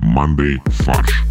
командой «Фарш».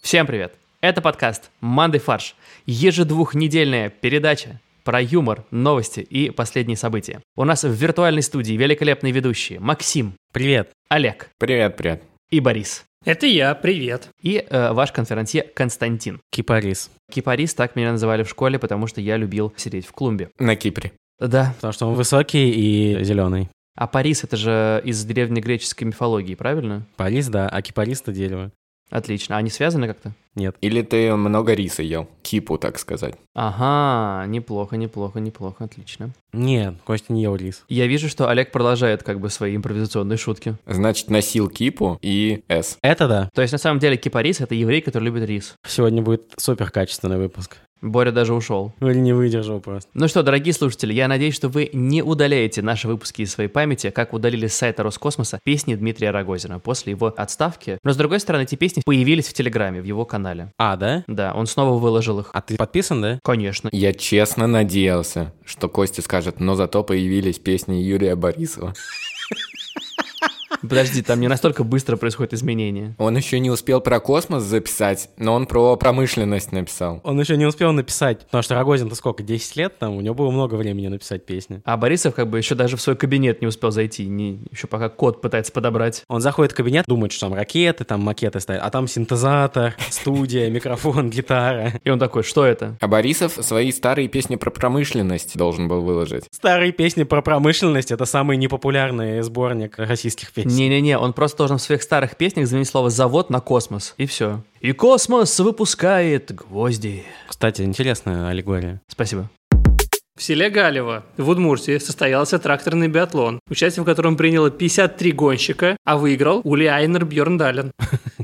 Всем привет! Это подкаст «Манды фарш» — ежедвухнедельная передача про юмор, новости и последние события. У нас в виртуальной студии великолепные ведущие Максим, Привет. Олег Привет, привет. и Борис. Это я, привет. И э, ваш конферансье Константин. Кипарис. Кипарис так меня называли в школе, потому что я любил сидеть в клумбе. На Кипре. Да, Потому что он высокий и зеленый. а Парис это же из древнегреческой мифологии, правильно? Парис, да, а кипарис это дерево. Отлично. А Они связаны как-то? Нет. Или ты много риса ел? Кипу, так сказать. Ага, неплохо, неплохо, неплохо, отлично. Нет, Костя не ел рис. Я вижу, что Олег продолжает как бы свои импровизационные шутки. Значит, носил кипу и С. Это да. То есть на самом деле кипарис это еврей, который любит рис. Сегодня будет супер качественный выпуск. Боря даже ушел. Ну или не выдержал просто. Ну что, дорогие слушатели, я надеюсь, что вы не удаляете наши выпуски из своей памяти, как удалили с сайта Роскосмоса песни Дмитрия Рогозина после его отставки. Но с другой стороны, эти песни появились в Телеграме, в его канале. А, да? Да, он снова выложил их. А ты подписан, да? Конечно. Я честно надеялся, что Костя скажет, но зато появились песни Юрия Борисова. Подожди, там не настолько быстро происходят изменения. Он еще не успел про космос записать, но он про промышленность написал. Он еще не успел написать, потому что Рогозин-то сколько, 10 лет там, у него было много времени написать песни. А Борисов как бы еще даже в свой кабинет не успел зайти, не, еще пока код пытается подобрать. Он заходит в кабинет, думает, что там ракеты, там макеты стоят, а там синтезатор, студия, микрофон, гитара. И он такой, что это? А Борисов свои старые песни про промышленность должен был выложить. Старые песни про промышленность — это самый непопулярный сборник российских песен. Не-не-не, он просто должен в своих старых песнях заменить слово «завод» на «космос», и все. И космос выпускает гвозди. Кстати, интересная аллегория. Спасибо. В селе Галево в Удмуртии состоялся тракторный биатлон, участие в котором приняло 53 гонщика, а выиграл Ули Айнер Бьерндален.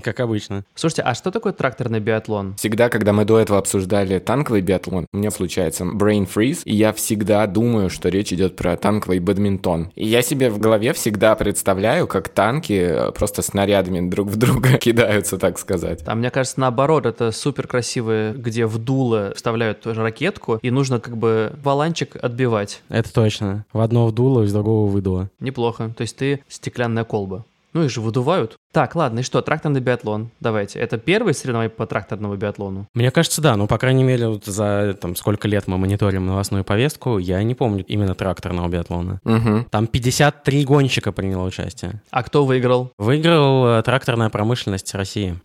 Как обычно. Слушайте, а что такое тракторный биатлон? Всегда, когда мы до этого обсуждали танковый биатлон, у меня случается brain freeze, и я всегда думаю, что речь идет про танковый бадминтон. И я себе в голове всегда представляю, как танки э, просто снарядами друг в друга кидаются, так сказать. А мне кажется, наоборот, это супер красивые, где в дуло вставляют тоже ракетку, и нужно как бы валанчик отбивать. Это точно. В одно вдуло, из другого выдуло. Неплохо. То есть ты стеклянная колба. Ну и же выдувают. Так, ладно, и что, тракторный биатлон? Давайте. Это первый соревнование по тракторному биатлону? Мне кажется, да, ну, по крайней мере, вот за там, сколько лет мы мониторим новостную повестку, я не помню именно тракторного биатлона. Мгм. Там 53 гонщика приняло участие. А кто выиграл? Выиграл э, тракторная промышленность России.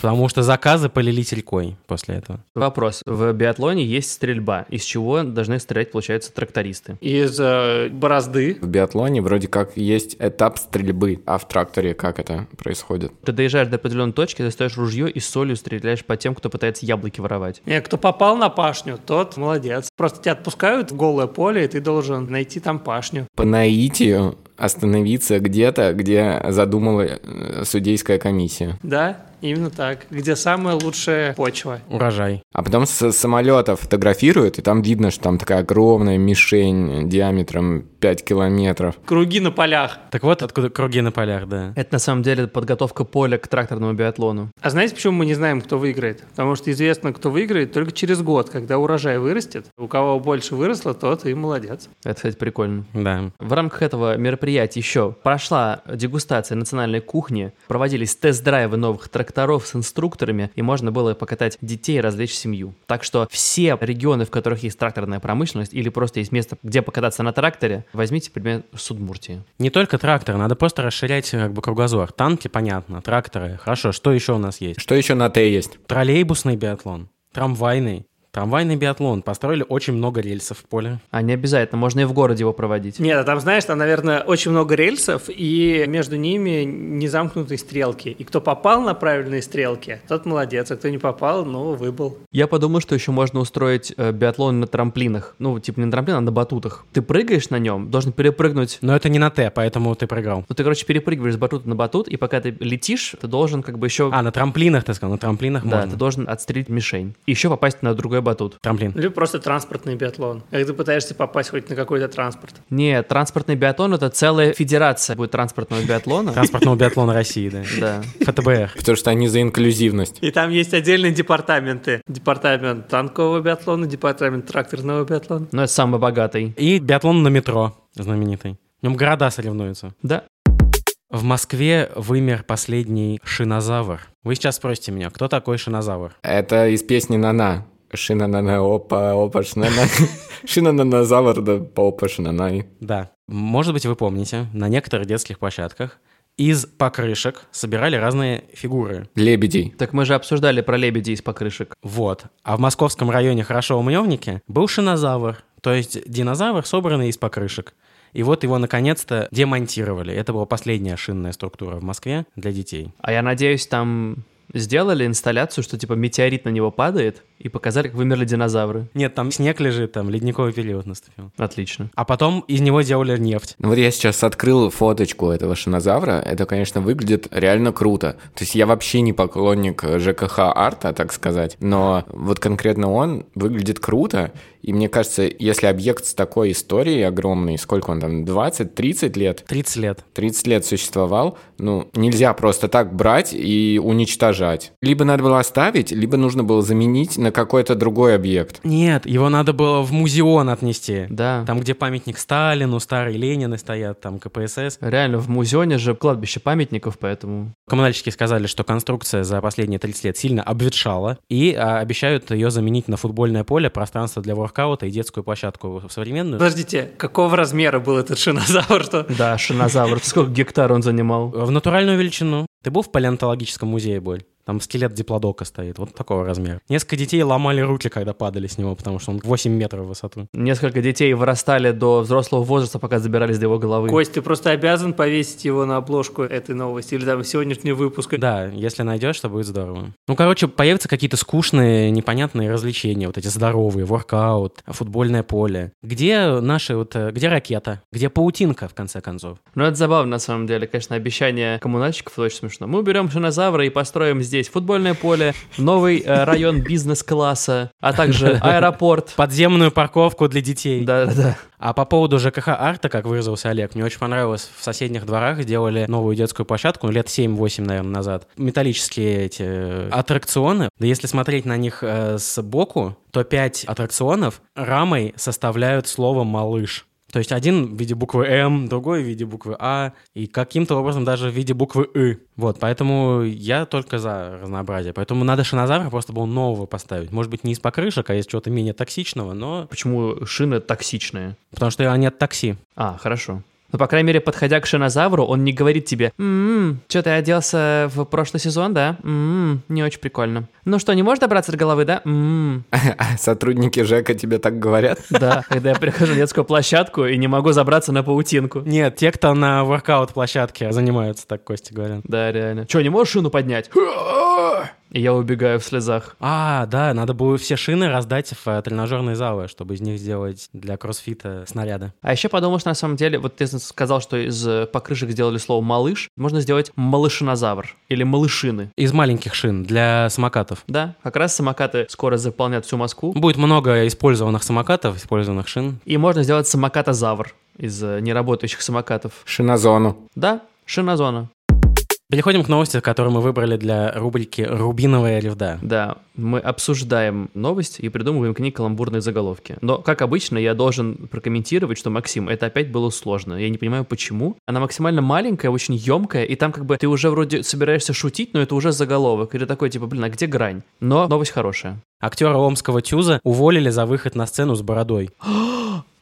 Потому что заказы полились рекой после этого. Вопрос. В биатлоне есть стрельба, из чего должны стрелять, получается, трактористы. Из э, борозды В биатлоне вроде как есть этап стрельбы, а в тракторе как это происходит? Ты доезжаешь до определенной точки, достаешь ружье и с солью стреляешь по тем, кто пытается яблоки воровать. Э, Кто попал на пашню, тот молодец. Просто тебя отпускают в голое поле, и ты должен найти там пашню. По наитию остановиться где-то, где задумала э, судейская комиссия. Да, именно так. Где самая лучшая почва. Урожай. А потом с самолета фотографируют, и там видно, что там такая огромная мишень диаметром 5 километров. Круги на полях. Так вот откуда круги на полях, да. Это на самом деле подготовка поля к тракторному биатлону. А знаете, почему мы не знаем, кто выиграет? Потому что известно, кто выиграет только через год, когда урожай вырастет. У кого больше выросло, тот и молодец. Это, кстати, прикольно. Да. В рамках этого мероприятия еще прошла дегустация национальной кухни, проводились тест-драйвы новых тракторов с инструкторами, и можно было покатать детей и развлечь семью. Так что все регионы, в которых есть тракторная промышленность или просто есть место, где покататься на тракторе, возьмите пример с Удмуртии. Не только трактор, надо просто расширять э, как бы кругозор. Танки, понятно, тракторы. Хорошо, что еще у нас есть? Что еще на Т есть? Троллейбусный биатлон, трамвайный. Трамвайный биатлон. Построили очень много рельсов в поле. А не обязательно, можно и в городе его проводить. Нет, а там, знаешь, там, наверное, очень много рельсов, и между ними незамкнутые стрелки. И кто попал на правильные стрелки, тот молодец, а кто не попал, ну, выбыл. Я подумал, что еще можно устроить э, биатлон на трамплинах. Ну, типа не на трамплинах, а на батутах. Ты прыгаешь на нем, должен перепрыгнуть Но это не на Т, поэтому ты проиграл. Ну, ты, короче, перепрыгиваешь с батута на батут, и пока ты летишь, ты должен как бы еще... А, на трамплинах ты сказал, на трамплинах да, ты можно. должен отстрелить мишень. И еще попасть на другой батут. Трамплин. Или просто транспортный биатлон. Когда ты пытаешься попасть хоть на какой-то транспорт. Нет, транспортный биатлон — это целая федерация будет транспортного биатлона. Транспортного биатлона России, да. Да. ФТБР. Потому что они за инклюзивность. И там есть отдельные департаменты. Департамент танкового биатлона, департамент тракторного биатлона. Но это самый богатый. И биатлон на метро знаменитый. В нем города соревнуются. Да. В Москве вымер последний шинозавр. Вы сейчас спросите меня, кто такой шинозавр? Это из песни «Нана». Шина-на-на, опа, опа, шина-на. Шина-на-на, завар, да, опа, шина-най. Да. Может быть, вы помните, на некоторых детских площадках из покрышек собирали разные фигуры. Лебедей. Так мы же обсуждали про лебедей из покрышек. Вот. А в московском районе Хорошо Умневники был шинозавр, то есть динозавр, собранный из покрышек. И вот его наконец-то демонтировали. Это была последняя шинная структура в Москве для детей. А я надеюсь, там сделали инсталляцию, что типа метеорит на него падает, и показали, как вымерли динозавры. Нет, там снег лежит, там ледниковый период наступил. Отлично. А потом из него делали нефть. Ну вот я сейчас открыл фоточку этого шинозавра. Это, конечно, выглядит реально круто. То есть я вообще не поклонник э, ЖКХ арта, так сказать, но вот конкретно он выглядит круто. И мне кажется, если объект с такой историей огромной, сколько он там, 20-30 лет, 30 лет. 30 лет существовал, ну, нельзя просто так брать и уничтожать. Либо надо было оставить, либо нужно было заменить на какой-то другой объект. Нет, его надо было в музеон отнести. Да. Там, где памятник Сталину, старые Ленины стоят, там КПСС. Реально, в музеоне же кладбище памятников, поэтому... Коммунальщики сказали, что конструкция за последние 30 лет сильно обветшала и а, обещают ее заменить на футбольное поле, пространство для воркаута и детскую площадку современную. Подождите, какого размера был этот шинозавр? Что... Да, шинозавр. Сколько гектар он занимал? В натуральную величину. Ты был в палеонтологическом музее, Боль? Там скелет диплодока стоит, вот такого размера. Несколько детей ломали руки, когда падали с него, потому что он 8 метров в высоту. Несколько детей вырастали до взрослого возраста, пока забирались до его головы. Кость, ты просто обязан повесить его на обложку этой новости или там сегодняшнего выпуска. Да, если найдешь, то будет здорово. Ну, короче, появятся какие-то скучные, непонятные развлечения, вот эти здоровые, воркаут, футбольное поле. Где наши вот, э, где ракета, где паутинка, в конце концов? Ну, это забавно, на самом деле, конечно, обещание коммунальщиков, это очень смешно. Мы уберем шинозавра и построим здесь футбольное поле, новый э, район бизнес-класса, а также аэропорт. Подземную парковку для детей. Да-да-да. А по поводу ЖКХ арта, как выразился Олег, мне очень понравилось, в соседних дворах сделали новую детскую площадку, ну, лет 7-8, наверное, назад. Металлические эти э, аттракционы, да если смотреть на них э, сбоку, то 5 аттракционов рамой составляют слово «малыш». То есть один в виде буквы М, другой в виде буквы А, и каким-то образом даже в виде буквы И. Вот, поэтому я только за разнообразие. Поэтому надо шинозавра просто было нового поставить. Может быть, не из покрышек, а из чего-то менее токсичного, но... Почему шины токсичные? Потому что они от такси. А, хорошо. Но, по крайней мере, подходя к шинозавру, он не говорит тебе, «Ммм, что ты оделся в прошлый сезон, да? Ммм, не очень прикольно. Ну что, не можешь добраться до головы, да? Ммм». Сотрудники ЖЭКа тебе так говорят? Да, когда я прихожу на детскую площадку и не могу забраться на паутинку. Нет, те, кто на воркаут-площадке занимаются, так Костя говорят. Да, реально. Че, не можешь шину поднять? И я убегаю в слезах. А, да, надо было все шины раздать в э, тренажерные залы, чтобы из них сделать для кроссфита снаряды. А еще подумал, что на самом деле, вот ты сказал, что из э, покрышек сделали слово «малыш», можно сделать «малышинозавр» или «малышины». Из маленьких шин для самокатов. Да, как раз самокаты скоро заполнят всю Москву. Будет много использованных самокатов, использованных шин. И можно сделать самокатозавр из э, неработающих самокатов. Шинозону. Да, шинозона. Переходим к новости, которую мы выбрали для рубрики «Рубиновая ревда». Да, мы обсуждаем новость и придумываем к ней каламбурные заголовки. Но, как обычно, я должен прокомментировать, что, Максим, это опять было сложно. Я не понимаю, почему. Она максимально маленькая, очень емкая, и там как бы ты уже вроде собираешься шутить, но это уже заголовок. Или такой, типа, блин, а где грань? Но новость хорошая. Актера омского Тюза уволили за выход на сцену с бородой.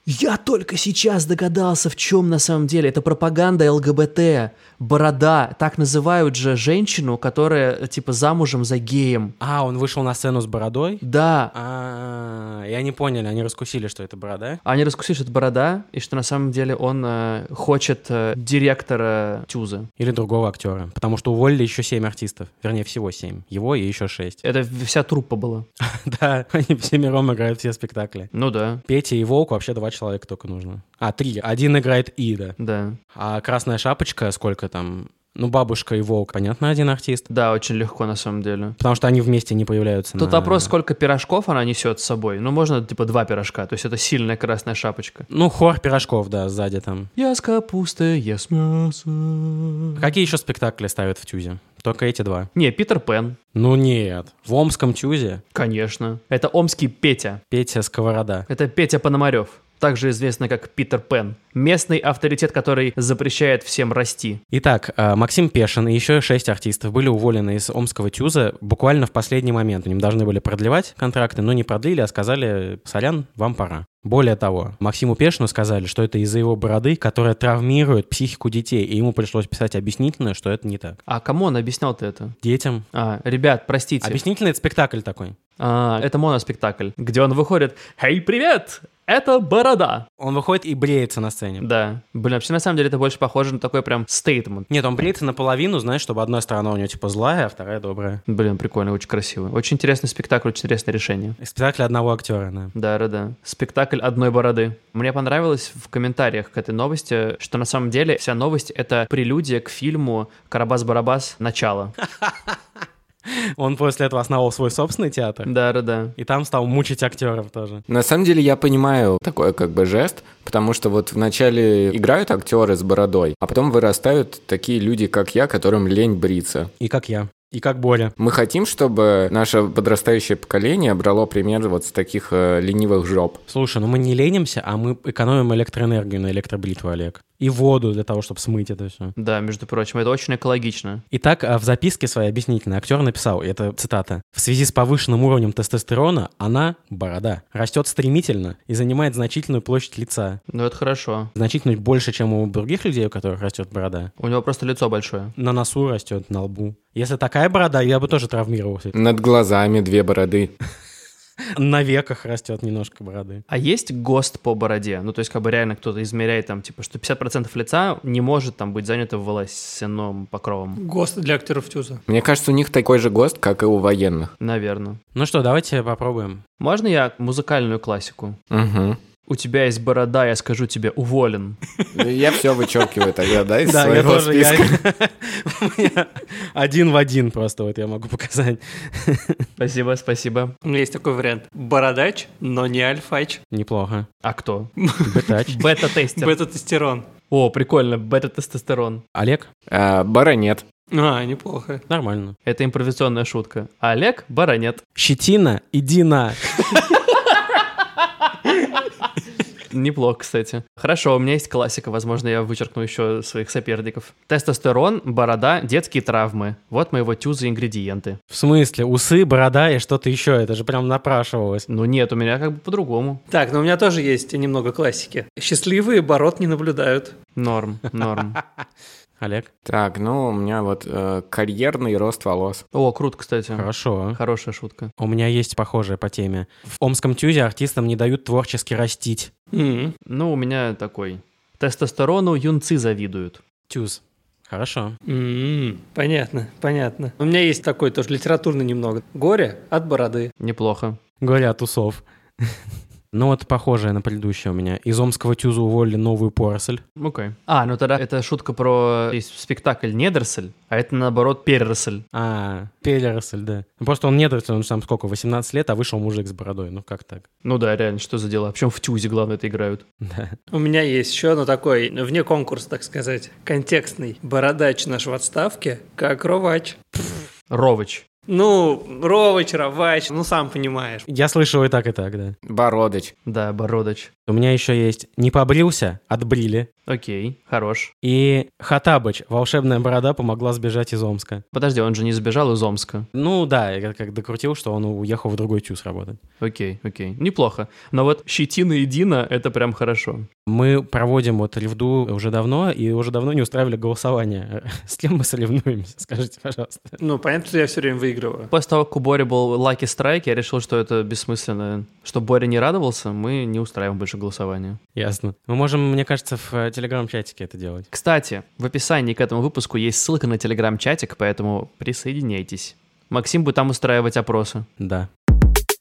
Я только сейчас догадался, в чем на самом деле. Это пропаганда ЛГБТ. Борода. Так называют же женщину, которая типа замужем за геем. А, он вышел на сцену с бородой? Да. А, я не понял, они раскусили, что это борода? Они раскусили, что это борода, и что на самом деле он э, хочет э, директора Тюза. Или другого актера, потому что уволили еще семь артистов, вернее всего семь, его и еще шесть. Это в- вся труппа была. Да, они все миром играют все спектакли. Ну да, Петя и Волк вообще два человека только нужно. А, три. Один играет Ида. да. А Красная Шапочка сколько там? Ну, Бабушка и Волк, понятно, один артист. Да, очень легко на самом деле. Потому что они вместе не появляются. Тут на- вопрос, сколько пирожков она несет с собой. Ну, можно, типа, два пирожка. То есть это сильная красная шапочка. Ну, хор пирожков, да, сзади там. Я с капустой, я с мясом. Какие еще спектакли ставят в Тюзе? Только эти два. Не, Питер Пен, Ну нет, в Омском Тюзе конечно. Это омский Петя. Петя Сковорода. Это Петя Пономарев. также известный как Питер Пен. Местный авторитет, который запрещает всем расти. Итак, э, Максим Пешин и еще шесть артистов были уволены из Омского ТЮЗа буквально в последний момент. Им должны были продлевать контракты, но не продлили, а сказали, сорян, вам пора. Более того, Максиму Пешину сказали, что это из-за его бороды, которая травмирует психику детей, и ему пришлось писать объяснительное, что это не так. А кому он объяснял-то это? Детям. А, ребят, простите. Объяснительный это спектакль такой. А, это моноспектакль, где он выходит «Эй, привет! Это борода!» Он выходит и бреется на сцене. Да. Блин, вообще, на самом деле, это больше похоже на такой прям стейтмент. Нет, он бреется наполовину, знаешь, чтобы одна сторона у него типа злая, а вторая добрая. Блин, прикольно, очень красиво. Очень интересный спектакль, очень интересное решение. И Спектакль одного актера, да. Да, да, да. Спектакль одной бороды. Мне понравилось в комментариях к этой новости, что на самом деле вся новость — это прелюдия к фильму «Карабас-барабас. Начало». Он после этого основал свой собственный театр. Да, да, да. И там стал мучить актеров тоже. На самом деле я понимаю такой как бы жест, потому что вот вначале играют актеры с бородой, а потом вырастают такие люди, как я, которым лень бриться. И как я. И как Боря. Мы хотим, чтобы наше подрастающее поколение брало пример вот с таких э, ленивых жоп. Слушай, ну мы не ленимся, а мы экономим электроэнергию на электробритву, Олег. И воду для того, чтобы смыть это все. Да, между прочим, это очень экологично. Итак, а в записке своей объяснительной актер написал, и это цитата, «В связи с повышенным уровнем тестостерона она, борода, растет стремительно и занимает значительную площадь лица. Ну, это хорошо. Значительно больше, чем у других людей, у которых растет борода. У него просто лицо большое. На носу растет, на лбу. Если такая борода, я бы тоже травмировался. Над глазами две бороды. На веках растет немножко бороды. А есть ГОСТ по бороде? Ну, то есть, как бы реально кто-то измеряет там, типа, что 50% лица не может там быть занято волосяным покровом. ГОСТ для актеров ТЮЗа. Мне кажется, у них такой же ГОСТ, как и у военных. Наверное. Ну что, давайте попробуем. Можно я музыкальную классику? Угу. У тебя есть борода, я скажу тебе, уволен. Я все вычеркиваю тогда, да, из Да, я своего тоже. я- списка. У меня Один в один просто вот я могу показать. Спасибо, спасибо. У меня есть такой вариант. Бородач, но не альфач. Неплохо. А кто? Бетач. Бета-тестер. Бета-тестерон. О, прикольно, бета-тестостерон. Олег? А, баронет. А, неплохо. Нормально. Это импровизационная шутка. А Олег — баронет. Щетина, иди на. Неплохо, кстати. Хорошо, у меня есть классика, возможно, я вычеркну еще своих соперников. Тестостерон, борода, детские травмы. Вот моего тюза ингредиенты. В смысле, усы, борода и что-то еще. Это же прям напрашивалось. Ну нет, у меня как бы по-другому. Так, но у меня тоже есть немного классики. Счастливые бород не наблюдают. Норм, норм. Олег? Так, ну у меня вот э, карьерный рост волос. О, круто, кстати. Хорошо. Хорошая шутка. У меня есть похожая по теме. В Омском тюзе артистам не дают творчески растить. М. Ну, у меня такой. Тестостерону юнцы завидуют. Тюз. Хорошо. М, Понятно, понятно. У меня есть такой тоже литературный немного. Горе от бороды. Неплохо. Горе от усов. Ну вот похожее на предыдущее у меня. Из Омского тюза уволили новую поросль. Окей. А, ну тогда это шутка про есть спектакль «Недоросль», а это, наоборот, «Переросль». А, переросль, да. Ну, Просто он недоросль, он же там сколько, 18 лет, а вышел мужик с бородой. Ну как так? Ну да, реально, что за дела? Причем в «Тюзе», главное, это играют. Да. У меня есть еще одно такой, ну, вне конкурса, так сказать, контекстный. Бородач наш в отставке, как ровач. Ровыч. Ну, ровач, ровач, ну сам понимаешь. Я слышал и так, и так, да. Бородыч. Да, Бородыч. У меня еще есть «Не побрился, отбрили». Окей, хорош. И «Хатабыч. Волшебная борода помогла сбежать из Омска». Подожди, он же не сбежал из Омска. Ну да, я как докрутил, что он уехал в другой тюз работать. Окей, окей. Неплохо. Но вот щетина и Дина — это прям хорошо. Мы проводим вот ревду уже давно, и уже давно не устраивали голосование. С кем мы соревнуемся, скажите, пожалуйста. Ну, понятно, что я все время выигрываю. После того, как у Бори был лаки страйк, я решил, что это бессмысленно. Что Боря не радовался, мы не устраиваем больше голосования. Ясно. Мы можем, мне кажется, в э, телеграм-чатике это делать. Кстати, в описании к этому выпуску есть ссылка на телеграм-чатик, поэтому присоединяйтесь. Максим будет там устраивать опросы. Да.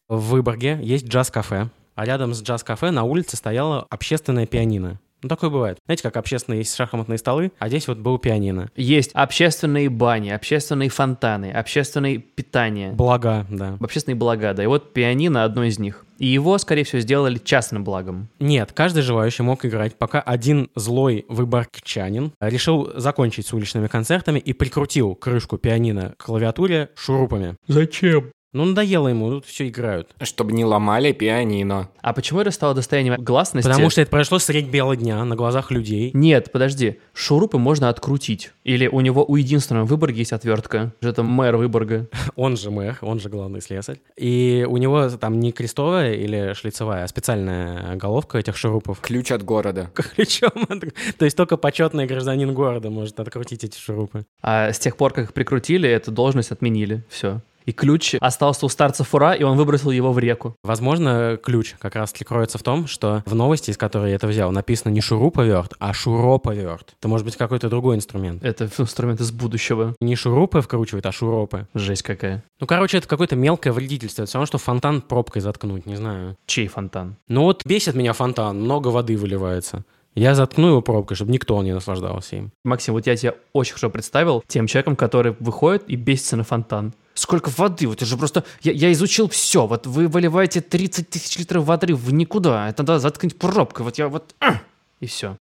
В Выборге есть джаз-кафе, а рядом с джаз-кафе на улице стояло общественное пианино. Ну, такое бывает. Знаете, как общественные есть шахматные столы, а здесь вот был пианино. Есть общественные бани, общественные фонтаны, общественное питание. Блага, да. общественные блага, да. И вот пианино одно из них. И его, скорее всего, сделали частным благом. Нет, каждый желающий мог играть, пока один злой выборгчанин решил закончить с уличными концертами и прикрутил крышку пианино к клавиатуре шурупами. Зачем? Ну, надоело ему, тут все играют. Чтобы не ломали пианино. А почему это стало достоянием гласности? Потому что это произошло средь бела дня на глазах людей. Нет, подожди, шурупы можно открутить. Или у него у единственного в Выборге есть отвертка. Это мэр Выборга. Он же мэр, он же главный слесарь. И у него там не крестовая или шлицевая, а специальная головка этих шурупов. Ключ от города. Ключом. от- То есть только почетный гражданин города может открутить эти шурупы. А с тех пор, как их прикрутили, эту должность отменили. Все. И ключ остался у старца Фура, и он выбросил его в реку. Возможно, ключ как раз-таки кроется в том, что в новости, из которой я это взял, написано не шуруповерт, а шуроповерт. Это может быть какой-то другой инструмент. Это инструмент из будущего. Не шурупы вкручивают, а шуропы. Жесть какая. Ну, короче, это какое-то мелкое вредительство. Это все равно, что фонтан пробкой заткнуть, не знаю. Чей фонтан? Ну вот бесит меня фонтан, много воды выливается. Я заткну его пробкой, чтобы никто не наслаждался им. Максим, вот я тебя очень хорошо представил тем человеком, который выходит и бесится на фонтан. Сколько воды, вот это же просто... Я, я изучил все, вот вы выливаете 30 тысяч литров воды в никуда, это надо заткнуть пробкой, вот я вот... а! И все.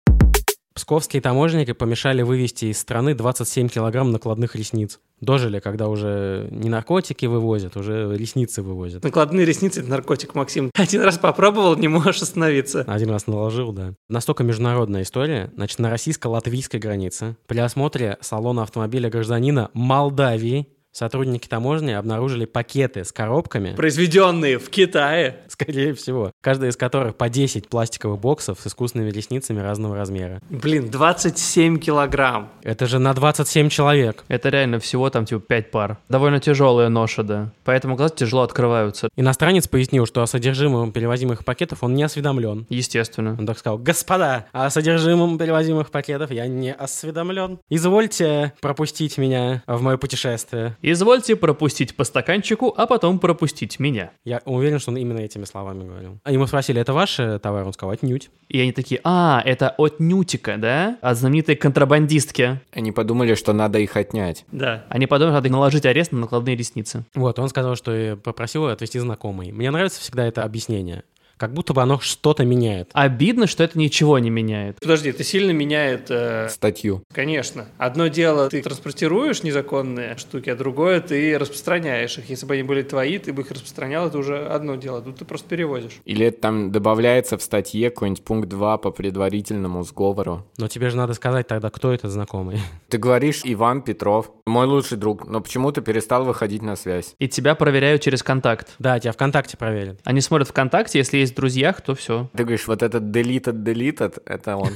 Псковские таможенники помешали вывести из страны 27 килограмм накладных ресниц. Дожили, когда уже не наркотики вывозят, уже ресницы вывозят. Накладные ресницы — это наркотик, Максим. Один раз попробовал, не можешь остановиться. Один раз наложил, да. Настолько международная история. Значит, на российско-латвийской границе при осмотре салона автомобиля гражданина Молдавии сотрудники таможни обнаружили пакеты с коробками, Произведенные в Китае. скорее всего, каждая из которых по 10 пластиковых боксов с искусственными ресницами разного размера. Блин, 27 килограмм. Это же на 27 человек. Это реально всего там типа 5 пар. Довольно тяжелая ноша, да. Поэтому глаза тяжело открываются. Иностранец пояснил, что о содержимом перевозимых пакетов он не осведомлен. Естественно. Он так сказал, господа, о содержимом перевозимых пакетов я не осведомлен. Извольте пропустить меня в мое путешествие. Извольте пропустить по стаканчику, а потом пропустить меня. Я уверен, что он именно этими словами говорил. А ему спросили, это ваш э, товар? Он сказал, отнюдь. И они такие, а, это от Нютика, да? От знаменитой контрабандистки. Они подумали, что надо их отнять. Да. Они подумали, надо наложить арест на накладные ресницы. Вот, он сказал, что э, попросил его отвезти знакомый. Мне нравится всегда это объяснение. Как будто бы оно что-то меняет. Обидно, что это ничего не меняет. Подожди, это сильно меняет... э, Статью. Конечно. Одно дело, ты транспортируешь незаконные штуки, а другое ты распространяешь их. Если бы они были твои, ты бы их распространял, это уже одно дело. Тут ты просто перевозишь. Или это там добавляется в статье какой-нибудь пункт 2 по предварительному сговору. Но тебе же надо сказать тогда, кто этот знакомый. Ты говоришь, Иван Петров, мой лучший друг, но почему-то перестал выходить на связь. И тебя проверяют через контакт. Да, тебя ВКонтакте проверят. Они смотрят ВКонтакте, если есть в друзьях, то все. Ты говоришь, вот этот deleted, deleted, это он.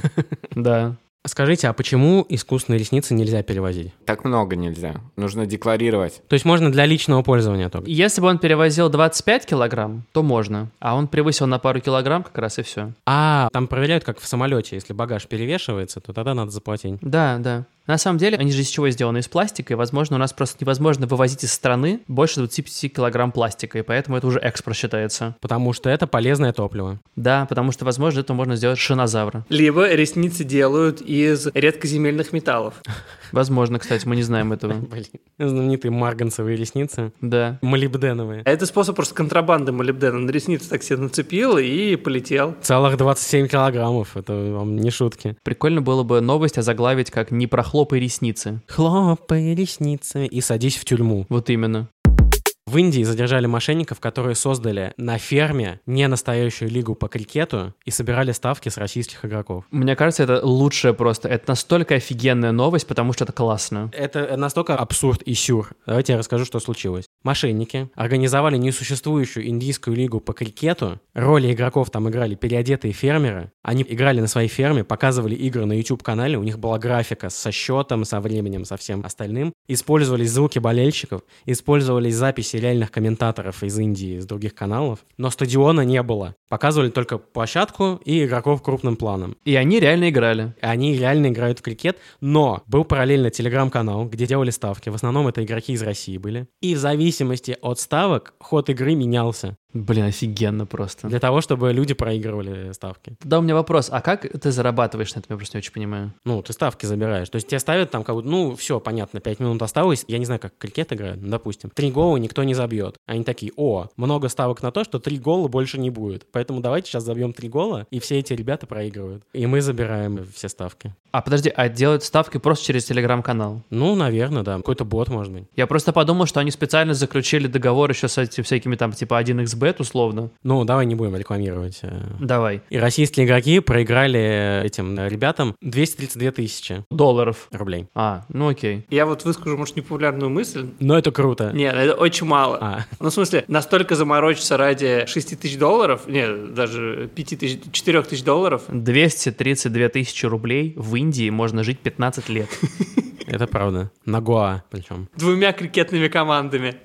Да. Скажите, а почему искусственные ресницы нельзя перевозить? Так много нельзя. Нужно декларировать. То есть можно для личного пользования только? Если бы он перевозил 25 килограмм, то можно. А он превысил на пару килограмм как раз и все. А, там проверяют, как в самолете. Если багаж перевешивается, то тогда надо заплатить. Да, да. На самом деле, они же из чего сделаны? Из пластика, и, возможно, у нас просто невозможно вывозить из страны больше 25 килограмм пластика, и поэтому это уже экспорт считается. Потому что это полезное топливо. Да, потому что, возможно, это можно сделать шинозавра. Либо ресницы делают из редкоземельных металлов. Возможно, кстати, мы не знаем этого. Блин. Знаменитые марганцевые ресницы. Да. Молибденовые. А это способ просто контрабанды молибдена. На ресницы так себе нацепил и полетел. Целых 27 килограммов. Это вам не шутки. Прикольно было бы новость озаглавить как «Не прохлопай ресницы». Хлопай ресницами и садись в тюрьму. Вот именно. В Индии задержали мошенников, которые создали на ферме не настоящую лигу по крикету и собирали ставки с российских игроков. Мне кажется, это лучшее просто. Это настолько офигенная новость, потому что это классно. Это настолько абсурд и сюр. Давайте я расскажу, что случилось. Мошенники организовали несуществующую индийскую лигу по крикету. Роли игроков там играли переодетые фермеры. Они играли на своей ферме, показывали игры на YouTube-канале. У них была графика со счетом, со временем, со всем остальным. Использовались звуки болельщиков, использовались записи реальных комментаторов из Индии, из других каналов. Но стадиона не было. Показывали только площадку и игроков крупным планом. И они реально играли. И Они реально играют в крикет, но был параллельно телеграм-канал, где делали ставки. В основном это игроки из России были. И в зависимости от ставок ход игры менялся Блин, офигенно просто. для того, чтобы люди проигрывали ставки. Да, у меня вопрос, а как ты зарабатываешь на этом? Я просто не очень понимаю. Ну, ты ставки забираешь. То есть тебе ставят там как будто, ну, все, понятно, 5 минут осталось. Я не знаю, как в крикет играют, ну, допустим. Три гола никто не забьет. Они такие, о, много ставок на то, что три гола больше не будет. поэтому давайте сейчас забьем три гола, и все эти ребята проигрывают. И мы забираем все ставки. А подожди, а делают ставки просто через телеграм-канал? Ну, наверное, да. Какой-то бот, может быть. Я просто подумал, что они специально заключили договор еще с этими всякими там типа 1xbet условно. Ну, давай не будем рекламировать. э. Давай. И российские игроки проиграли этим э, ребятам 232 тысячи Долларов. рублей. А, ну окей. Я вот выскажу, может, непопулярную мысль. Но это круто. Нет, это очень мало. А. Ну, в смысле, настолько заморочиться ради 6 тысяч долларов, не, даже 5 тысяч, 4 тысяч долларов, 232 тысячи рублей в Индии можно жить 15 лет. Это правда. На Гоа причем. двумя крикетными командами.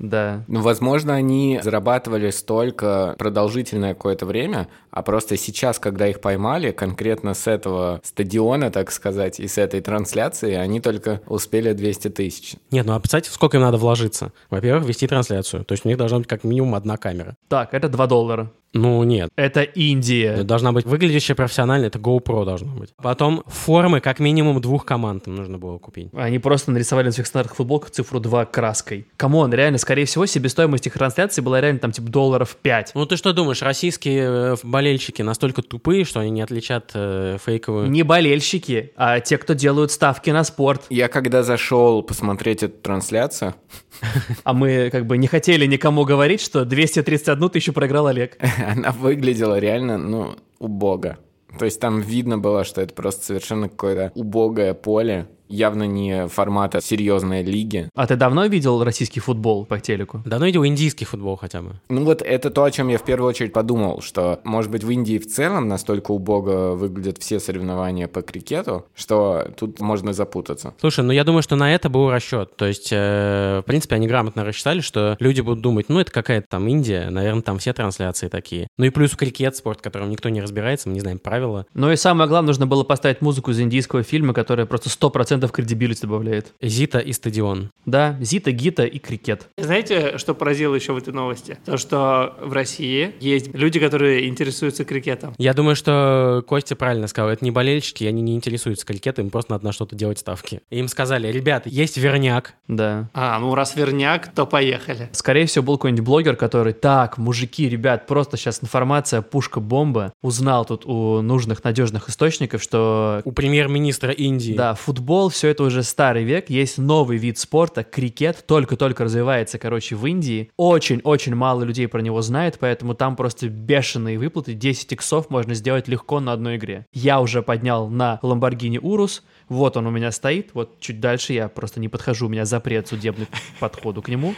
Да. Ну, возможно, они зарабатывали столько продолжительное какое-то время, а просто сейчас, когда их поймали, конкретно с этого стадиона, так сказать, и с этой трансляции, они только успели 200 тысяч. Нет, ну а представьте, сколько им надо вложиться. Во-первых, вести трансляцию. То есть у них должна быть как минимум одна камера. Так, это 2 доллара. Ну нет. Это Это Индия. Должна быть выглядящая профессионально, это GoPro должно быть. Потом формы как минимум двух команд им нужно было купить. Они просто нарисовали на своих стандартных футболках цифру 2 краской. Камон, реально, скорее всего, себестоимость их трансляции была реально там типа долларов 5. Ну ты что думаешь, российские э, болельщики настолько тупые, что они не отличат э, фейковую... Не болельщики, а те, кто делают ставки на спорт. Я когда зашел посмотреть эту трансляцию, А мы как бы не хотели никому говорить, что 231 тысячу проиграл Олег. она выглядела реально, ну, убого. То есть там видно было, что это просто совершенно какое-то убогое поле, явно не формата серьезной лиги. А ты давно видел российский футбол по телеку? Да ну иди в индийский футбол хотя бы. Ну вот это то, о чем я в первую очередь подумал, что, может быть, в Индии в целом настолько убого выглядят все соревнования по крикету, что тут можно запутаться. Слушай, ну я думаю, что на это был расчет. То есть, э, в принципе, они грамотно рассчитали, что люди будут думать, ну это какая-то там Индия, наверное, там все трансляции такие. Ну и плюс крикет, спорт, в котором никто не разбирается, мы не знаем правила. Ну и самое главное, нужно было поставить музыку из индийского фильма, которая просто 100% кредибилити добавляет. Зита и стадион. Да, Зита, Гита и крикет. Знаете, что поразило еще в этой новости? То, что в России есть люди, которые интересуются крикетом. Я думаю, что Костя правильно сказал, это не болельщики, и они не интересуются крикетом, им просто надо на что-то делать ставки. И им сказали, ребята, есть верняк. Да. А, ну раз верняк, то поехали. Скорее всего, был какой-нибудь блогер, который, так, мужики, ребят, просто сейчас информация, пушка-бомба. Узнал тут у нужных надежных источников, что, У премьер-министра Индии. да, футбол, все это уже старый век, есть новый вид спорта, крикет, только-только развивается, короче, в Индии. Очень-очень мало людей про него знает, поэтому там просто бешеные выплаты, 10 иксов можно сделать легко на одной игре. Я уже поднял на Lamborghini Урус, вот он у меня стоит, вот чуть дальше я просто не подхожу, у меня запрет судебный к подходу к нему.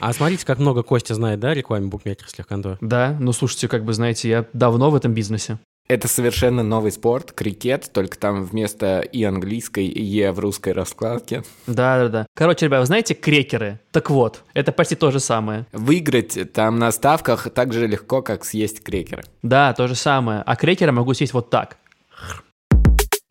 А смотрите, как много Костя знает, да, о рекламе букмекерских контор. Да, ну слушайте, как бы знаете, я давно в этом бизнесе. Это совершенно новый спорт, крикет, только там вместо и английской, и «е» в русской раскладке. Да, да, да. Короче, ребят, вы знаете крекеры? Так вот, это почти то же самое. Выиграть там на ставках так же легко, как съесть крекеры. Да, то же самое. А крекеры могу съесть вот так.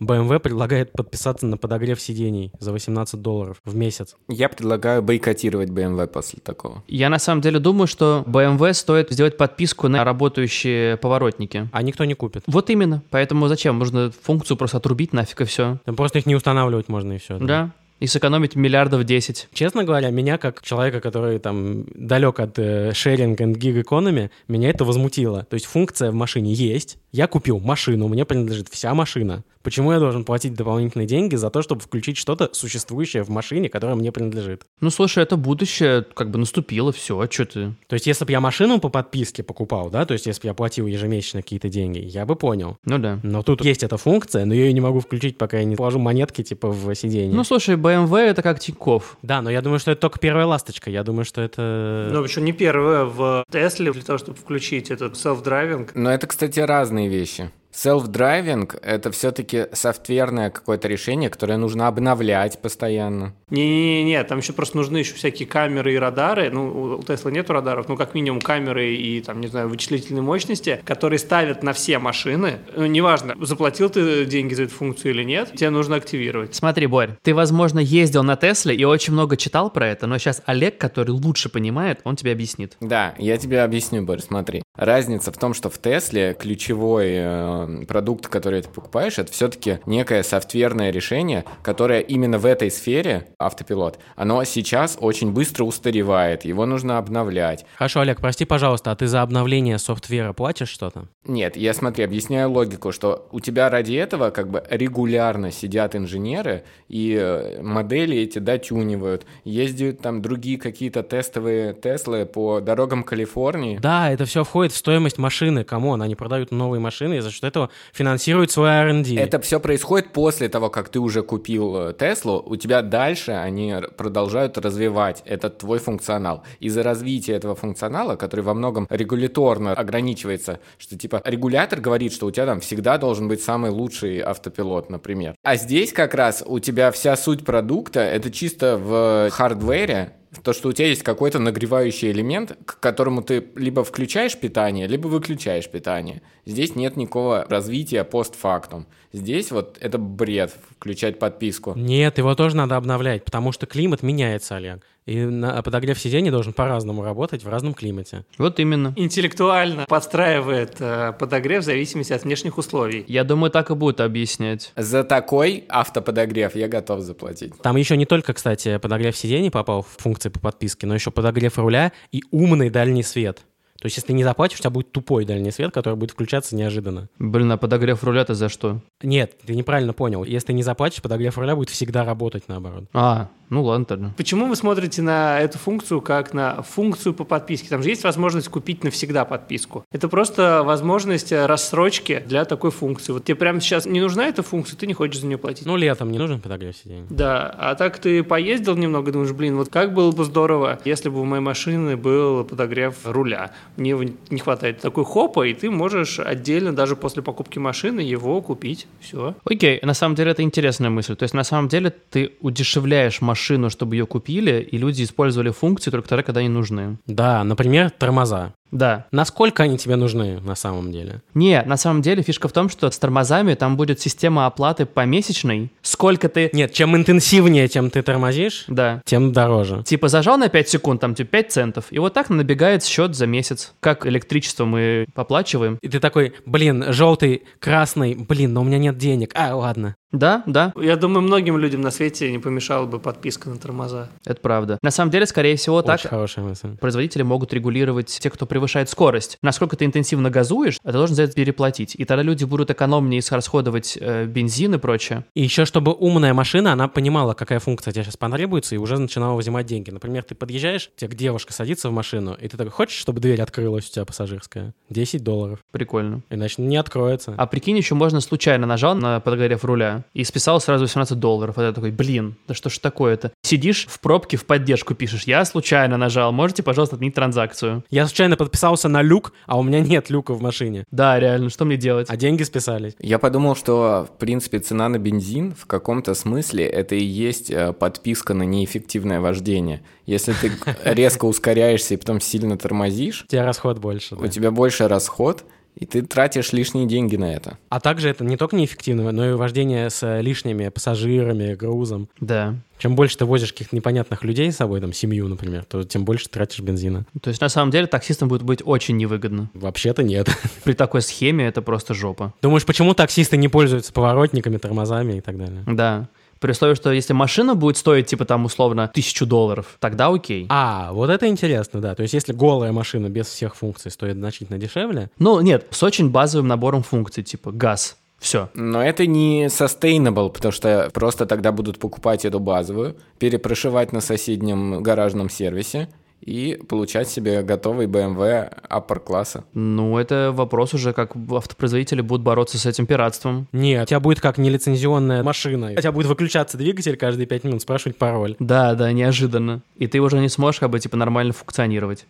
BMW предлагает подписаться на подогрев сидений за 18 долларов в месяц. Я предлагаю бойкотировать BMW после такого. Я на самом деле думаю, что BMW стоит сделать подписку на работающие поворотники. А никто не купит. Вот именно. Поэтому зачем? Нужно функцию просто отрубить нафиг и все. Там просто их не устанавливать можно и все. Да. И сэкономить миллиардов 10. Честно говоря, меня как человека, который там далек от шеринг and gig economy, меня это возмутило. То есть функция в машине есть. Я купил машину, мне принадлежит вся машина. Почему я должен платить дополнительные деньги за то, чтобы включить что-то существующее в машине, которое мне принадлежит? Ну, слушай, это будущее как бы наступило, все, что ты. То есть если бы я машину по подписке покупал, да, то есть если бы я платил ежемесячно какие-то деньги, я бы понял. Ну да. Но тут есть эта функция, но я ее не могу включить, пока я не положу монетки типа в сиденье. Ну, слушай, BMW это как Тинькофф. да, но я думаю, что это только первая ласточка. Я думаю, что это... э, Ну, еще не первое в Тесле для того, чтобы включить этот self-driving. Но это, кстати, разные вещи. Self-driving — это все-таки софтверное какое-то решение, которое нужно обновлять постоянно. Не-не-не, там еще просто нужны еще всякие камеры и радары. Ну, у Тесла нету радаров, ну, как минимум камеры и, там, не знаю, вычислительные мощности, которые ставят на все машины. Ну, неважно, заплатил ты деньги за эту функцию или нет, тебе нужно активировать. Смотри, Борь, ты, возможно, ездил на Тесле и очень много читал про это, но сейчас Олег, который лучше понимает, он тебе объяснит. Да, я тебе объясню, Борь, смотри. Разница в том, что в Тесле ключевой э, э, продукта, который ты покупаешь, это все-таки некое софтверное решение, которое именно в этой сфере, автопилот, оно сейчас очень быстро устаревает, его нужно обновлять. Хорошо, Олег, прости, пожалуйста, а ты за обновление софтвера платишь что-то? Нет, я смотри, объясняю логику, что у тебя ради этого как бы регулярно сидят инженеры и э, модели эти дотюнивают, ездят там другие какие-то тестовые Теслы по дорогам Калифорнии. Да, это все входит в стоимость машины. Камон, они продают новые машины и за счет этого финансируют свой R&D. Это все происходит после того, как ты уже купил э, Теслу, у тебя дальше они р- продолжают развивать этот твой функционал. Из-за развития этого функционала, который во многом регуляторно ограничивается, что типа регулятор говорит, что у тебя там всегда должен быть самый лучший автопилот, например. А здесь как раз у тебя вся суть продукта, это чисто в э, хардвере, в то, что у тебя есть какой-то нагревающий элемент, к которому ты либо включаешь питание, либо выключаешь питание. Здесь нет никакого развития постфактум. Здесь вот это бред включать подписку. Нет, его тоже надо обновлять, потому что климат меняется, Олег. И на- подогрев сидений должен по-разному работать в разном климате. Вот именно. Интеллектуально подстраивает э, подогрев в зависимости от внешних условий. Я думаю, так и будут объяснять. За такой автоподогрев я готов заплатить. Там еще не только, кстати, подогрев сидений попал в функции по подписке, но еще подогрев руля и умный дальний свет. То есть, если ты не заплатишь, у тебя будет тупой дальний свет, который будет включаться неожиданно. Блин, а подогрев руля-то за что? Нет, ты неправильно понял. Если ты не заплатишь, подогрев руля будет всегда работать наоборот. А, ну ладно тогда. Почему вы смотрите на эту функцию как на функцию по подписке? Там же есть возможность купить навсегда подписку. Это просто возможность э, рассрочки для такой функции. Вот тебе прямо сейчас не нужна эта функция, ты не хочешь за нее платить. Ну, летом не нужен подогрев сидений. Да, а так ты поездил немного, думаешь, блин, вот как было бы здорово, если бы у моей машины был подогрев руля. Мне его не хватает такой хопа, и ты можешь отдельно даже после покупки машины его купить. Все. Окей, на самом деле это интересная мысль. То есть на самом деле ты удешевляешь машину, чтобы ее купили, и люди использовали функции только тогда, когда они нужны. Да, например, тормоза. Да. Насколько они тебе нужны на самом деле? Не, на самом деле фишка в том, что с тормозами там будет система оплаты помесячной. Сколько ты... Нет, чем интенсивнее, тем ты тормозишь, Да. тем дороже. Типа зажал на 5 секунд, там типа 5 центов, и вот так набегает счет за месяц. Как электричество мы оплачиваем. И ты такой, блин, желтый, красный, блин, но у меня нет денег. А, ладно. Да, да, Я думаю, многим людям на свете не помешала бы подписка на тормоза. это правда. На самом деле, скорее всего, так Очень хорошая мысль. производители могут регулировать те, кто превышает скорость. Насколько ты интенсивно газуешь, а ты должен за это переплатить. И тогда люди будут экономнее расходовать бензин и прочее. И еще, чтобы умная машина, она понимала, какая функция тебе сейчас понадобится, и уже начинала взимать деньги. Например, ты подъезжаешь, тебе девушка садится в машину, и ты такой, хочешь, чтобы дверь открылась у тебя пассажирская? 10 долларов. Прикольно. Иначе не откроется. А прикинь, еще можно случайно нажал на подогрев руля и списал сразу 18 долларов. А ты такой, блин, да что ж такое-то? Сидишь в пробке в поддержку пишешь, я случайно нажал, можете, пожалуйста, отменить транзакцию. Я случайно подписался на люк, а у меня нет люка в машине. Да, реально, что мне делать? А деньги списались. Я подумал, что, в принципе, цена на бензин в каком-то смысле это и есть э, подписка на неэффективное вождение. Если ты резко ускоряешься и потом сильно тормозишь, У тебя расход больше. да. у тебя больше расход, и ты тратишь лишние деньги на это. А также это не только неэффективно, но и вождение с э, лишними пассажирами, грузом. Да. Чем больше ты возишь каких-то непонятных людей с собой, там, семью, например, то тем больше тратишь бензина. То есть, на самом деле, таксистам будет быть очень невыгодно. Вообще-то нет. При такой схеме это просто жопа. Думаешь, почему таксисты не пользуются поворотниками, тормозами и так далее? Да. При условии, что если машина будет стоить, типа, там, условно, тысячу долларов, тогда окей. А, вот это интересно, да. То есть если голая машина без всех функций стоит значительно дешевле, Ну, нет, с очень базовым набором функций, типа газ. Все. Но это не sustainable, потому что просто тогда будут покупать эту базовую, перепрошивать на соседнем гаражном сервисе и получать себе готовый BMW upper класса. Ну, это вопрос уже, как автопроизводители будут бороться с этим пиратством. нет, у тебя будет как нелицензионная машина. У тебя будет выключаться двигатель каждые пять минут, спрашивать пароль. Да, да, неожиданно. И ты уже не сможешь как бы типа нормально функционировать.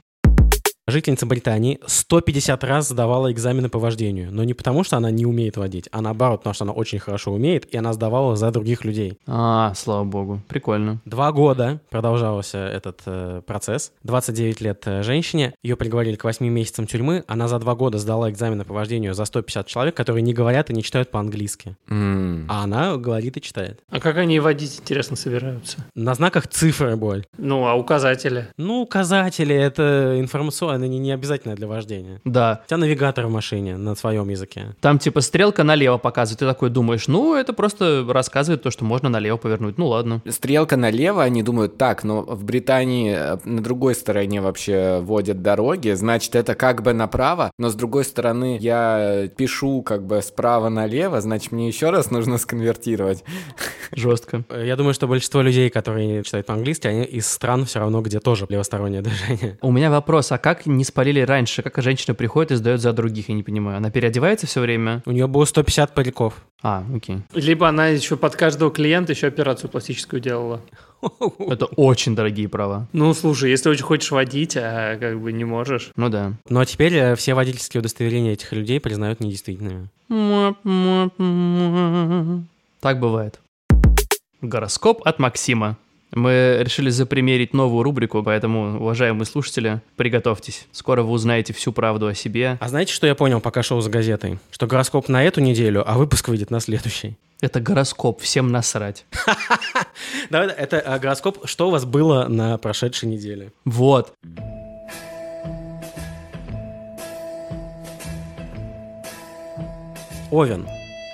Жительница Британии 150 раз сдавала экзамены по вождению. Но не потому, что она не умеет водить, а наоборот, потому что она очень хорошо умеет, и она сдавала за других людей. А, слава богу, прикольно. Два года продолжался этот э, процесс. 29 лет э, женщине. Ее приговорили к 8 месяцам тюрьмы. Она за два года сдала экзамены по вождению за 150 человек, которые не говорят и не читают по-английски. М. А она говорит и читает. А как они водить, интересно, собираются? На знаках цифры боль. Ну, а указатели? Ну, указатели — это информацион- она не, не обязательная для вождения. Да. У тебя навигатор в машине на своем языке. Там типа стрелка налево показывает, ты такой думаешь, ну это просто рассказывает то, что можно налево повернуть, ну ладно. А Стрелка налево, они думают, так, но в Британии э, на другой стороне вообще водят дороги, значит, это как бы направо, но с другой стороны я пишу как бы справа налево, значит, мне еще раз нужно сконвертировать. Жестко. Э, Я думаю, что большинство людей, которые читают по-английски, они из стран все равно, где тоже левостороннее движение. У меня вопрос, а как не спалили раньше? Как женщина приходит и сдает за других, я не понимаю. Она переодевается все время? У нее было 150 париков. А, окей. Либо она еще под каждого клиента еще операцию пластическую делала. Это очень дорогие права. Ну, слушай, если очень хочешь водить, а как бы не можешь. Ну да. Ну а теперь э, все водительские удостоверения этих людей признают недействительными. Так бывает. Гороскоп от Максима. Мы решили запримерить новую рубрику, поэтому, уважаемые слушатели, приготовьтесь. Скоро вы узнаете всю правду о себе. А знаете, что я понял, пока шел за газетой? Что гороскоп на эту неделю, а выпуск выйдет на следующий. Это гороскоп, всем насрать. Давай, это э, гороскоп, что у вас было на прошедшей неделе. Вот. Овен.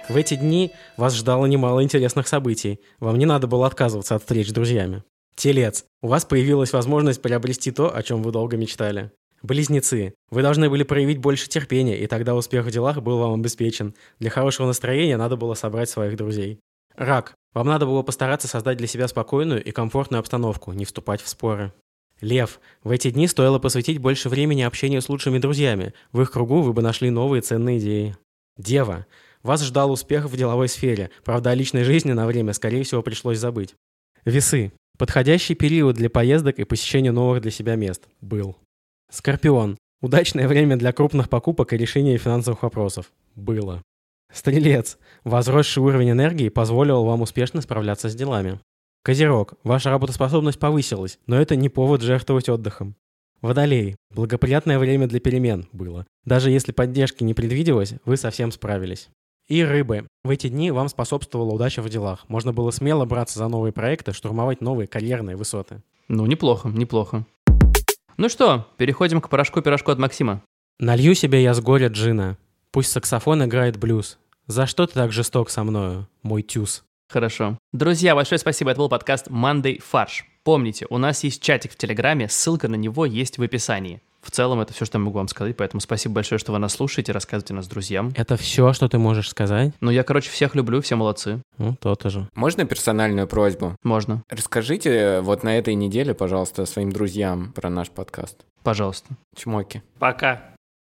В эти дни вас ждало немало интересных событий. Вам не надо было отказываться от встреч с друзьями. Телец. У вас появилась возможность приобрести то, о чем вы долго мечтали. Близнецы. Вы должны были проявить больше терпения, и тогда успех в делах был вам обеспечен. Для хорошего настроения надо было собрать своих друзей. Рак. Вам надо было постараться создать для себя спокойную и комфортную обстановку, не вступать в споры. Лев. В эти дни стоило посвятить больше времени общению с лучшими друзьями. В их кругу вы бы нашли новые ценные идеи. Дева. Вас ждал успех в деловой сфере, правда, о личной жизни на время, скорее всего, пришлось забыть. Весы. Подходящий период для поездок и посещения новых для себя мест. Был. Скорпион. Удачное время для крупных покупок и решения финансовых вопросов. Было. Стрелец. Возросший уровень энергии позволил вам успешно справляться с делами. Козерог. Ваша работоспособность повысилась, но это не повод жертвовать отдыхом. Водолей. Благоприятное время для перемен было. Даже если поддержки не предвиделось, вы совсем справились. И рыбы. В эти дни вам способствовала удача в делах. Можно было смело браться за новые проекты, штурмовать новые карьерные высоты. Ну, неплохо, неплохо. Ну что, переходим к порошку-пирожку от Максима. Налью себе я с горя джина. Пусть саксофон играет блюз. За что ты так жесток со мною, мой тюз? Хорошо. Друзья, большое спасибо. Это был подкаст Monday Фарш. Помните, у нас есть чатик в Телеграме, ссылка на него есть в описании. В целом, это все, что я могу вам сказать, поэтому спасибо большое, что вы нас слушаете, рассказывайте нас друзьям. Это все, что ты можешь сказать? Ну, я, короче, всех люблю, все молодцы. Ну, то-то же. Можно персональную просьбу? Можно. Расскажите э, вот на этой неделе, пожалуйста, своим друзьям про наш подкаст. Пожалуйста. Чмоки. Пока.